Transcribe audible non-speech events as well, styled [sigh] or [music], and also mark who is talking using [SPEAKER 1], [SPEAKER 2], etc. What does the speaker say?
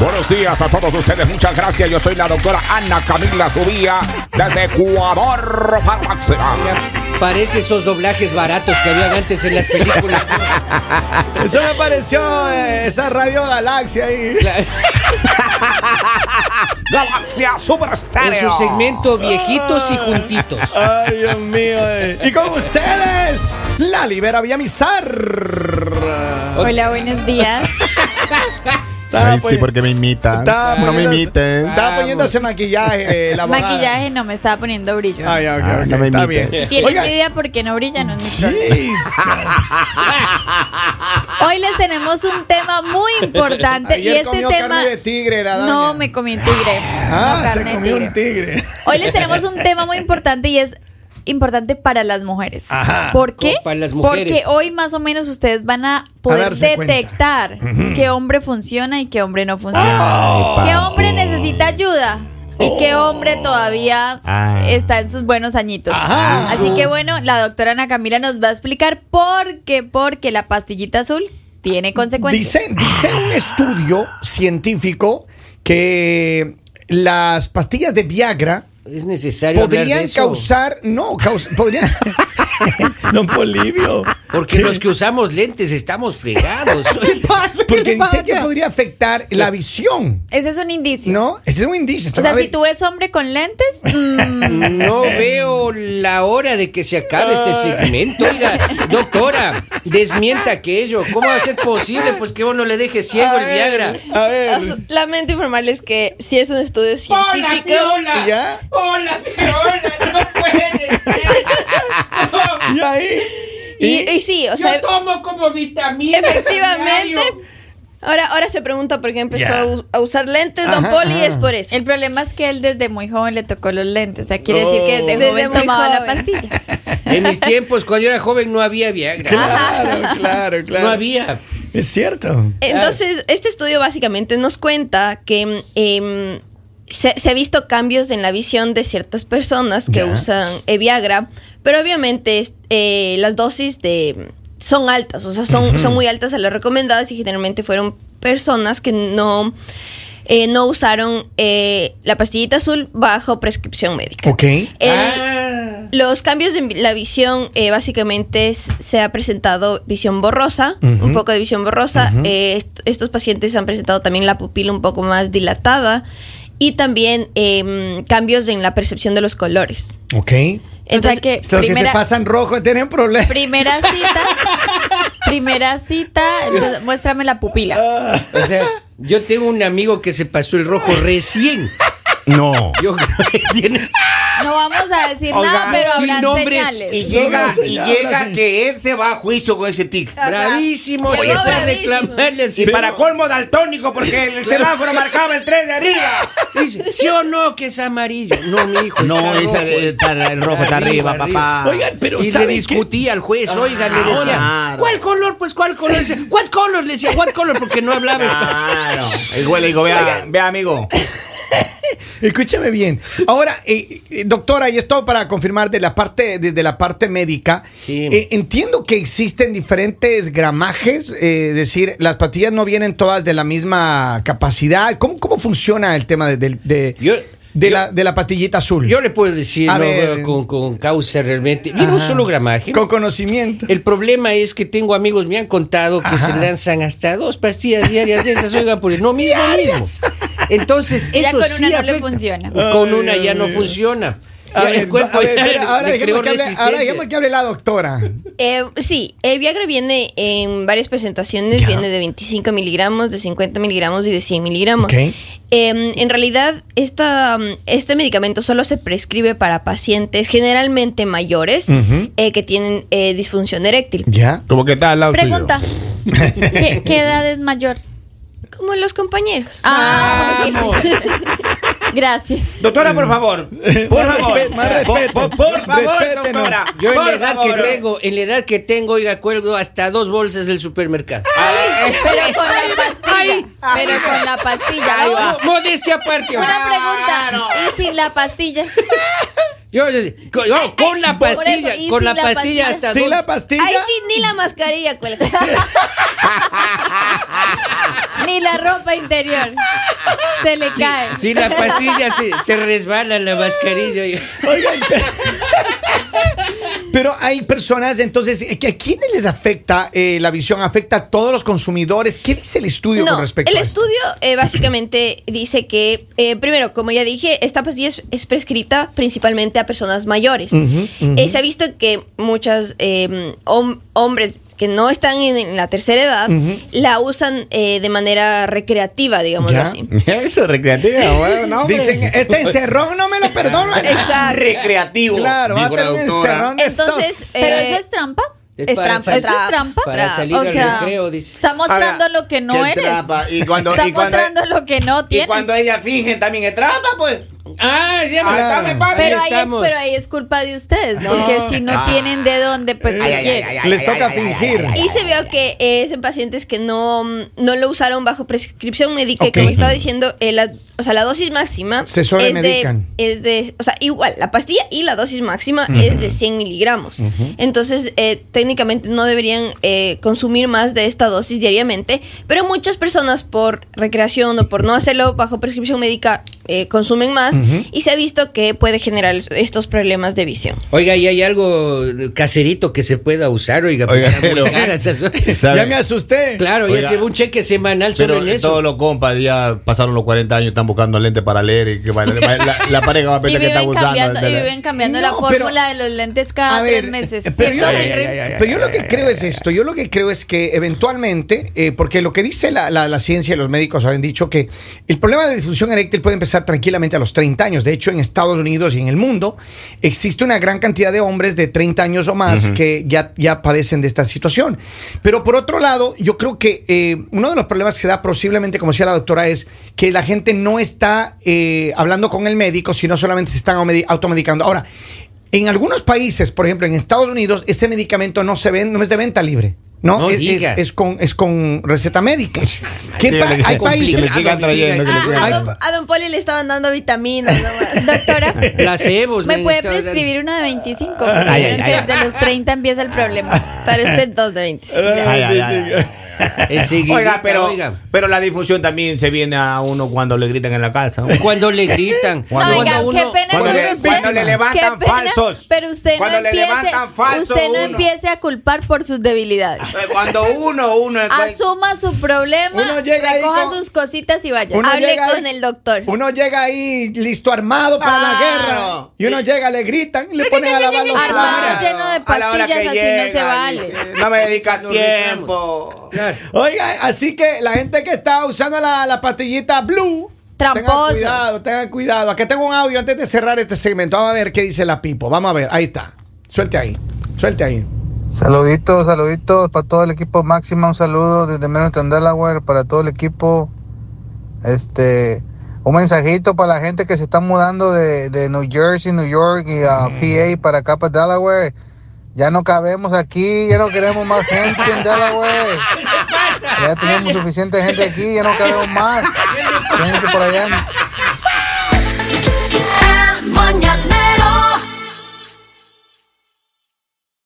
[SPEAKER 1] Buenos días a todos ustedes, muchas gracias. Yo soy la doctora Ana Camila Subía desde Ecuador,
[SPEAKER 2] Parece esos doblajes baratos que había antes en
[SPEAKER 3] [laughs]
[SPEAKER 2] las películas.
[SPEAKER 3] Eso me pareció eh, esa Radio Galaxia ahí.
[SPEAKER 1] Galaxia Super
[SPEAKER 2] En
[SPEAKER 1] Stereo.
[SPEAKER 2] su segmento viejitos y juntitos.
[SPEAKER 3] Ay, Dios mío. eh. Y con ustedes, la Libera Villamizar.
[SPEAKER 4] Hola, buenos días.
[SPEAKER 3] Estaba
[SPEAKER 5] Ay, sí,
[SPEAKER 3] poni-
[SPEAKER 5] porque me imitas.
[SPEAKER 3] estaba
[SPEAKER 5] No me
[SPEAKER 3] poniéndose-
[SPEAKER 5] imites.
[SPEAKER 3] Estaba poniéndose maquillaje eh, la abogada.
[SPEAKER 4] Maquillaje no me estaba poniendo brillo.
[SPEAKER 3] Ay, ok,
[SPEAKER 5] Ah,
[SPEAKER 3] ok,
[SPEAKER 5] no me
[SPEAKER 3] está
[SPEAKER 5] imites.
[SPEAKER 3] bien.
[SPEAKER 4] ¿Tienes
[SPEAKER 3] Oiga,
[SPEAKER 4] idea por qué no brillan
[SPEAKER 3] [laughs]
[SPEAKER 4] los micrófonos?
[SPEAKER 3] Jesus.
[SPEAKER 4] Hoy les tenemos un tema muy importante
[SPEAKER 3] Ayer
[SPEAKER 4] y este
[SPEAKER 3] comió
[SPEAKER 4] tema
[SPEAKER 3] carne de tigre la doña.
[SPEAKER 4] no me comí un tigre.
[SPEAKER 3] Ah,
[SPEAKER 4] no,
[SPEAKER 3] se
[SPEAKER 4] carne de
[SPEAKER 3] comió
[SPEAKER 4] tigre.
[SPEAKER 3] un tigre.
[SPEAKER 4] Hoy les tenemos un tema muy importante y es importante para las mujeres.
[SPEAKER 3] Ajá.
[SPEAKER 4] ¿Por qué?
[SPEAKER 2] Como Oh, para las mujeres.
[SPEAKER 4] Porque hoy más o menos ustedes van a poder
[SPEAKER 3] darse cuenta.
[SPEAKER 4] detectar qué hombre funciona y qué hombre no
[SPEAKER 3] Ah.
[SPEAKER 4] funciona. ¿Qué hombre necesita ayuda? Y qué hombre todavía
[SPEAKER 5] Ah.
[SPEAKER 4] está en sus buenos añitos.
[SPEAKER 3] Ajá.
[SPEAKER 4] Así que bueno, la doctora Ana Camila nos va a explicar por qué, porque la pastillita azul tiene consecuencias.
[SPEAKER 3] Dice, dice un estudio científico que las pastillas de Viagra
[SPEAKER 2] Es necesario hablar de
[SPEAKER 3] podrían
[SPEAKER 2] eso.
[SPEAKER 3] causar. No, caus- podrían. Don Polivio.
[SPEAKER 2] Porque
[SPEAKER 3] ¿Qué?
[SPEAKER 2] los que usamos lentes
[SPEAKER 3] [laughs]
[SPEAKER 2] estamos fregados.
[SPEAKER 3] Porque dice que podría afectar la visión.
[SPEAKER 4] Ese es un indicio.
[SPEAKER 3] ¿No? Ese es un indicio.
[SPEAKER 4] O sea,
[SPEAKER 3] A ver,
[SPEAKER 4] si tú ves hombre con lentes, mm,
[SPEAKER 2] No veo la hora de que se acabe
[SPEAKER 3] Ah.
[SPEAKER 2] este
[SPEAKER 3] [laughs]
[SPEAKER 2] segmento. Oiga, doctora, desmienta aquello. ¿Cómo va a ser posible? Pues que uno le deje ciego el Viagra.
[SPEAKER 3] A
[SPEAKER 6] [laughs]
[SPEAKER 3] ver.
[SPEAKER 6] Lamento informarles que si es un estudio científico.
[SPEAKER 3] ¿Y ya?
[SPEAKER 2] ¡Hola, Fiola! ¡No [laughs]
[SPEAKER 3] [laughs]
[SPEAKER 2] puede ser!
[SPEAKER 3] ¿Y ahí?
[SPEAKER 6] Y, y sí, o sea,
[SPEAKER 2] tomo como vitamina.
[SPEAKER 6] efectivamente. Ahora, ahora se pregunta por qué empezó
[SPEAKER 3] Ya.
[SPEAKER 6] a us- a usar lentes Don
[SPEAKER 3] Ajá,
[SPEAKER 6] Poli,
[SPEAKER 3] ajá.
[SPEAKER 6] es por eso.
[SPEAKER 4] El problema es que él desde muy joven le tocó los lentes. O sea, quiere decir que desde,
[SPEAKER 6] Desde
[SPEAKER 4] joven
[SPEAKER 6] muy
[SPEAKER 4] tomaba la
[SPEAKER 6] joven.
[SPEAKER 4] pastilla.
[SPEAKER 2] En mis tiempos, cuando yo era joven, no había Viagra.
[SPEAKER 3] Claro, claro, claro.
[SPEAKER 2] No había.
[SPEAKER 3] Es cierto.
[SPEAKER 6] Entonces, este estudio básicamente nos cuenta que mm, em, se, se ha visto cambios en la visión de ciertas personas que
[SPEAKER 3] Ya.
[SPEAKER 6] usan eh, Viagra, pero obviamente es- eh, las dosis de son altas, o sea, son, son muy altas a las recomendadas y generalmente fueron personas que no, eh, no usaron eh, la pastillita azul bajo prescripción médica.
[SPEAKER 3] Ok.
[SPEAKER 6] El-
[SPEAKER 2] Ah.
[SPEAKER 6] los cambios en la visión, eh, básicamente es- se ha presentado visión borrosa,
[SPEAKER 3] Ujú.
[SPEAKER 6] un poco de visión borrosa. Eh, est- estos pacientes han presentado también la pupila un poco más dilatada y también em, cambios en la percepción de los colores.
[SPEAKER 3] Ok.
[SPEAKER 4] o sea
[SPEAKER 6] Entonces,
[SPEAKER 4] que
[SPEAKER 3] Los que se
[SPEAKER 4] primera,
[SPEAKER 3] pasan rojo tienen problemas.
[SPEAKER 4] primera cita, primera cita, entonces, muéstrame la pupila.
[SPEAKER 2] O sea, yo tengo un amigo que se pasó el rojo recién.
[SPEAKER 5] No.
[SPEAKER 2] Yo creo que
[SPEAKER 6] [laughs]
[SPEAKER 2] tiene
[SPEAKER 4] No vamos a decir
[SPEAKER 7] Oiga,
[SPEAKER 4] nada, pero
[SPEAKER 2] sin
[SPEAKER 4] habrán
[SPEAKER 2] nombres
[SPEAKER 7] Y
[SPEAKER 4] señales.
[SPEAKER 7] llega,
[SPEAKER 3] Ahora sí,
[SPEAKER 7] y
[SPEAKER 3] ahora
[SPEAKER 7] llega
[SPEAKER 3] sí.
[SPEAKER 7] que él se va a juicio con ese tic.
[SPEAKER 2] bravísimo,
[SPEAKER 6] Oye,
[SPEAKER 2] se fue a
[SPEAKER 6] bravísimo.
[SPEAKER 2] reclamarle al
[SPEAKER 7] Y
[SPEAKER 2] semáforo.
[SPEAKER 7] para colmo daltónico, porque el semáforo marcaba el 3 de arriba.
[SPEAKER 2] Dice, ¿sí o no que es amarillo? No, mi hijo,
[SPEAKER 5] No,
[SPEAKER 2] está
[SPEAKER 5] esa-
[SPEAKER 2] rojo.
[SPEAKER 5] está- el rojo está arriba, papá.
[SPEAKER 3] Oigan, pero
[SPEAKER 2] y le
[SPEAKER 3] ¿saben qué?
[SPEAKER 2] discutía al juez, oiga, le decía,
[SPEAKER 5] claro.
[SPEAKER 2] ¿cuál color? Pues, ¿cuál color? Dice, ¿What color? Le decía, ¿what color? Porque no hablaba español.
[SPEAKER 5] Claro. El güey le digo, vea, vea, amigo.
[SPEAKER 3] Escúchame bien. Ahora, eh, eh, doctora, y esto para confirmar de la parte, desde la parte médica, eh, entiendo que existen diferentes gramajes, eh, es decir, las pastillas no vienen todas de la misma capacidad. ¿Cómo, cómo funciona el tema de, del- de-
[SPEAKER 2] Yo-
[SPEAKER 3] de
[SPEAKER 2] yo-
[SPEAKER 3] la, de la pastillita azul?
[SPEAKER 2] Yo le puedo decir
[SPEAKER 3] A
[SPEAKER 2] no,
[SPEAKER 3] ver.
[SPEAKER 2] con, con causa realmente. Mira un
[SPEAKER 3] Ajá.
[SPEAKER 2] solo gramaje.
[SPEAKER 3] Con conocimiento.
[SPEAKER 2] El problema es que tengo amigos, me han contado que se lanzan hasta dos pastillas diarias de esas, oigan, por el no mismo, mismo.
[SPEAKER 4] [laughs]
[SPEAKER 2] Entonces,
[SPEAKER 4] Ya
[SPEAKER 2] eso
[SPEAKER 4] con una
[SPEAKER 2] sí
[SPEAKER 4] no le
[SPEAKER 2] afecta.
[SPEAKER 4] funciona.
[SPEAKER 2] Con una ya no funciona.
[SPEAKER 3] A
[SPEAKER 2] Ya
[SPEAKER 3] ver,
[SPEAKER 2] el cuerpo
[SPEAKER 3] a ver,
[SPEAKER 2] ya
[SPEAKER 3] espera,
[SPEAKER 2] le-
[SPEAKER 3] ahora,
[SPEAKER 2] le
[SPEAKER 3] dejemos
[SPEAKER 2] creó
[SPEAKER 3] que hable, ahora
[SPEAKER 2] resistencia.
[SPEAKER 3] dejemos que hable la doctora.
[SPEAKER 6] Eh, sí, el Viagra viene en varias presentaciones, viene de 25 miligramos, de 50 miligramos y de 100 miligramos.
[SPEAKER 3] Ok.
[SPEAKER 6] Eh, en realidad, esta, mm, este medicamento solo se prescribe para pacientes generalmente mayores
[SPEAKER 3] Ujú.
[SPEAKER 6] eh, que tienen eh, disfunción eréctil.
[SPEAKER 3] ¿Ya?
[SPEAKER 5] Como que está al lado
[SPEAKER 4] Pregunta, ¿qué, qué edad es mayor?
[SPEAKER 2] [laughs]
[SPEAKER 6] Como los compañeros.
[SPEAKER 4] Ah,
[SPEAKER 2] Vamos.
[SPEAKER 4] [laughs] gracias.
[SPEAKER 7] Doctora, por favor. Por favor.
[SPEAKER 3] respeto, más respeto.
[SPEAKER 7] Por, por favor,
[SPEAKER 3] Respétenos.
[SPEAKER 7] doctora.
[SPEAKER 2] Yo en
[SPEAKER 7] por
[SPEAKER 2] la edad que
[SPEAKER 7] favor.
[SPEAKER 2] tengo, en la edad que tengo, oiga, cuelgo hasta dos bolsas del supermercado.
[SPEAKER 4] Ah, Pero con la pastilla, pero con la pastilla. Oh,
[SPEAKER 2] Mo-
[SPEAKER 4] vamos.
[SPEAKER 2] Modestia aparte. oiga.
[SPEAKER 4] Una pregunta, ¿y sin la pastilla?
[SPEAKER 2] Yo, yo- con, yo- con la
[SPEAKER 4] Por eso,
[SPEAKER 2] pastilla,
[SPEAKER 4] y
[SPEAKER 2] con
[SPEAKER 4] sin
[SPEAKER 2] la
[SPEAKER 4] la
[SPEAKER 2] pastilla
[SPEAKER 4] pastilla.
[SPEAKER 2] hasta
[SPEAKER 3] Sí,
[SPEAKER 2] dos-
[SPEAKER 3] la pastilla.
[SPEAKER 6] Ay, sí, ni la mascarilla cuelga.
[SPEAKER 4] [laughs] Ni la ropa interior. Se le cae.
[SPEAKER 2] sin la pastilla se, se resbala la mascarilla. Y-
[SPEAKER 3] Oigan, pero, [laughs] pero hay personas, entonces, eh, que ¿a quiénes les afecta eh, la visión? ¿Afecta a todos los consumidores? ¿Qué dice el estudio
[SPEAKER 6] No,
[SPEAKER 3] con respecto
[SPEAKER 6] el
[SPEAKER 3] a esto?
[SPEAKER 6] estudio eh, básicamente [clears throat] dice que, eh, primero, como ya dije, esta pastilla es, es prescrita principalmente a personas mayores. Eh, se ha visto que muchas eh, hom- hombres que no están en, en la tercera edad la usan eh, de manera recreativa, digamos
[SPEAKER 3] Ya.
[SPEAKER 6] así.
[SPEAKER 5] Eso, recreativa, bueno, no, hombre.
[SPEAKER 3] Dicen, este encerrón no me lo perdono.
[SPEAKER 6] [laughs] Exacto.
[SPEAKER 5] recreativo.
[SPEAKER 3] Claro, va a
[SPEAKER 2] Dijo
[SPEAKER 3] tener un
[SPEAKER 2] la doctora.
[SPEAKER 3] encerrón de
[SPEAKER 6] Entonces,
[SPEAKER 3] esos.
[SPEAKER 4] Pero
[SPEAKER 6] eh,
[SPEAKER 4] eso es trampa.
[SPEAKER 6] Es
[SPEAKER 2] para
[SPEAKER 6] trampa,
[SPEAKER 2] salir-
[SPEAKER 4] Eso es trampa.
[SPEAKER 2] Para salir
[SPEAKER 4] o
[SPEAKER 2] al
[SPEAKER 4] sea,
[SPEAKER 2] recreo, dice.
[SPEAKER 4] está mostrando
[SPEAKER 5] Ahora,
[SPEAKER 4] lo que no
[SPEAKER 5] qué
[SPEAKER 4] eres.
[SPEAKER 5] trampa. Y cuando-
[SPEAKER 4] está
[SPEAKER 5] y cuando-
[SPEAKER 4] mostrando lo que no
[SPEAKER 5] Y
[SPEAKER 4] tienes.
[SPEAKER 5] cuando ella finge también es trampa, pues.
[SPEAKER 2] Ah, ya me-
[SPEAKER 5] Ah, dame, papi.
[SPEAKER 4] pero, ahí es,
[SPEAKER 2] estamos.
[SPEAKER 4] pero ahí es culpa de ustedes, porque si no tienen de dónde, pues ¿qué
[SPEAKER 5] Ah. Ay, ay,
[SPEAKER 4] quieren?
[SPEAKER 5] ay, ay,
[SPEAKER 3] Les
[SPEAKER 5] ay,
[SPEAKER 3] toca
[SPEAKER 5] ay, ay,
[SPEAKER 3] fingir.
[SPEAKER 5] ay, ay,
[SPEAKER 6] Y se vio que eh, es en pacientes que no, mm, no lo usaron bajo prescripción médica,
[SPEAKER 3] Ok.
[SPEAKER 6] y como estaba diciendo, eh, la, o sea, la dosis máxima
[SPEAKER 3] Se
[SPEAKER 6] es de,
[SPEAKER 3] sobremedican.
[SPEAKER 6] es de, o sea, igual, la pastilla y la dosis máxima es de 100 miligramos. Entonces, eh, técnicamente no deberían eh, consumir más de esta dosis diariamente, pero muchas personas por recreación o por no hacerlo bajo prescripción médica eh, consumen más y se ha visto que puede generar estos problemas de visión.
[SPEAKER 2] Oiga, ¿y hay algo caserito que se pueda usar? Oiga, porque
[SPEAKER 5] Oiga,
[SPEAKER 2] eran muy
[SPEAKER 5] pero-
[SPEAKER 2] caras esas-
[SPEAKER 5] ¿Sabe?
[SPEAKER 3] Ya me asusté.
[SPEAKER 2] [laughs] Claro,
[SPEAKER 5] Oiga,
[SPEAKER 2] ya se ve un cheque semanal solo
[SPEAKER 8] Pero
[SPEAKER 2] en eso.
[SPEAKER 8] todos los compas ya pasaron los 40 años, están buscando lente para leer y que va- la, la- la pareja va a
[SPEAKER 4] Y
[SPEAKER 8] pensar que está
[SPEAKER 4] viven,
[SPEAKER 8] abusando.
[SPEAKER 4] cambiando,
[SPEAKER 8] de
[SPEAKER 4] y
[SPEAKER 8] la-
[SPEAKER 4] viven cambiando la
[SPEAKER 3] No, pero-
[SPEAKER 4] fórmula de los lentes cada
[SPEAKER 3] A
[SPEAKER 4] tres
[SPEAKER 3] ver, eh,
[SPEAKER 4] meses.
[SPEAKER 3] pero yo-
[SPEAKER 4] ¿Cierto, Henry?
[SPEAKER 3] Pero yo lo que creo es esto, yo lo que creo es que eventualmente, eh, porque lo que dice la, la- la ciencia y los médicos habían dicho que el problema de disfunción eréctil puede empezar tranquilamente a los 30 años. De hecho, en Estados Unidos y en el mundo existe una gran cantidad de hombres de 30 años o más que ya, ya padecen de esta situación. Pero por otro lado, yo creo que eh, uno de los problemas que da posiblemente, como decía la doctora, es que la gente no está eh, hablando con el médico, sino solamente se están automedi- automedicando. Ahora, en algunos países, por ejemplo, en Estados Unidos, ese medicamento no se vende, no es de venta libre. No,
[SPEAKER 2] No
[SPEAKER 3] es, es-
[SPEAKER 2] diga.
[SPEAKER 3] es con, es con receta médica. ¿Qué
[SPEAKER 8] Que
[SPEAKER 3] pa-
[SPEAKER 8] le-
[SPEAKER 3] hay
[SPEAKER 8] que
[SPEAKER 3] países.
[SPEAKER 8] le sigan trayendo, que le
[SPEAKER 6] Ah,
[SPEAKER 8] sigan
[SPEAKER 6] a,
[SPEAKER 8] trayendo.
[SPEAKER 6] don, a don Poli le estaban dando vitaminas.
[SPEAKER 4] [laughs]
[SPEAKER 5] [laughs]
[SPEAKER 6] nomás.
[SPEAKER 4] Doctora,
[SPEAKER 2] Placebos,
[SPEAKER 4] ¿me
[SPEAKER 2] me
[SPEAKER 4] puede
[SPEAKER 2] estaba dando.
[SPEAKER 4] prescribir uno de 25? Porque vieron que desde los 30 empieza el problema.
[SPEAKER 6] Para usted, dos é de 25.
[SPEAKER 8] Ay, ay, ay, ay.
[SPEAKER 2] Enseguidita,
[SPEAKER 5] Oiga, pero,
[SPEAKER 2] oiga.
[SPEAKER 5] pero la difusión también se viene a uno cuando le gritan en la casa. ¿no?
[SPEAKER 2] Cuando le gritan.
[SPEAKER 4] No,
[SPEAKER 2] cuando
[SPEAKER 4] oiga, qué
[SPEAKER 2] uno-
[SPEAKER 4] pena
[SPEAKER 5] cuando
[SPEAKER 4] con
[SPEAKER 5] le-
[SPEAKER 4] usted.
[SPEAKER 5] cuando le levantan
[SPEAKER 4] qué pena,
[SPEAKER 5] falsos.
[SPEAKER 4] Pero usted no
[SPEAKER 5] Cuando le
[SPEAKER 4] empiece,
[SPEAKER 5] levantan falso
[SPEAKER 4] usted no
[SPEAKER 5] uno.
[SPEAKER 4] empiece a culpar por sus debilidades.
[SPEAKER 5] Eh, Cuando [laughs] uno, uno
[SPEAKER 3] Ah,
[SPEAKER 5] es
[SPEAKER 4] Asuma su problema,
[SPEAKER 3] Uno llega ahí
[SPEAKER 4] recoja
[SPEAKER 3] con-
[SPEAKER 4] sus cositas y vaya.
[SPEAKER 3] Uno
[SPEAKER 6] Hable
[SPEAKER 3] llega ahí-
[SPEAKER 6] con el doctor.
[SPEAKER 3] Uno llega ahí listo armado para la guerra.
[SPEAKER 5] Claro.
[SPEAKER 3] Y uno llega, le gritan y le ponen a lavar los
[SPEAKER 4] Armado
[SPEAKER 3] platos.
[SPEAKER 4] lleno de
[SPEAKER 5] a la hora que
[SPEAKER 4] pastillas, así no se
[SPEAKER 5] llega,
[SPEAKER 4] vale.
[SPEAKER 5] dice, No me dedica
[SPEAKER 2] Lo
[SPEAKER 5] tiempo.
[SPEAKER 2] Claro.
[SPEAKER 3] Oiga, así que la gente que está usando la, la pastillita blue. Tengan
[SPEAKER 4] Tramposos.
[SPEAKER 3] cuidado, tengan cuidado. Aquí tengo un audio antes de cerrar este segmento. Vamos a ver qué dice la Pipo. Vamos a ver, ahí está. Suelte ahí. Suelte ahí.
[SPEAKER 9] Saluditos, saluditos para todo el equipo Máxima, un saludo desde Menos Tandalaware para todo el equipo. Este, un mensajito para la gente que se está mudando de, de New Jersey, New York y a PA para acá para Delaware. Ya no cabemos aquí, ya no queremos más gente en Delaware. Ya tenemos suficiente gente aquí, ya no cabemos más. Tienen que ir por allá.
[SPEAKER 10] El mañanero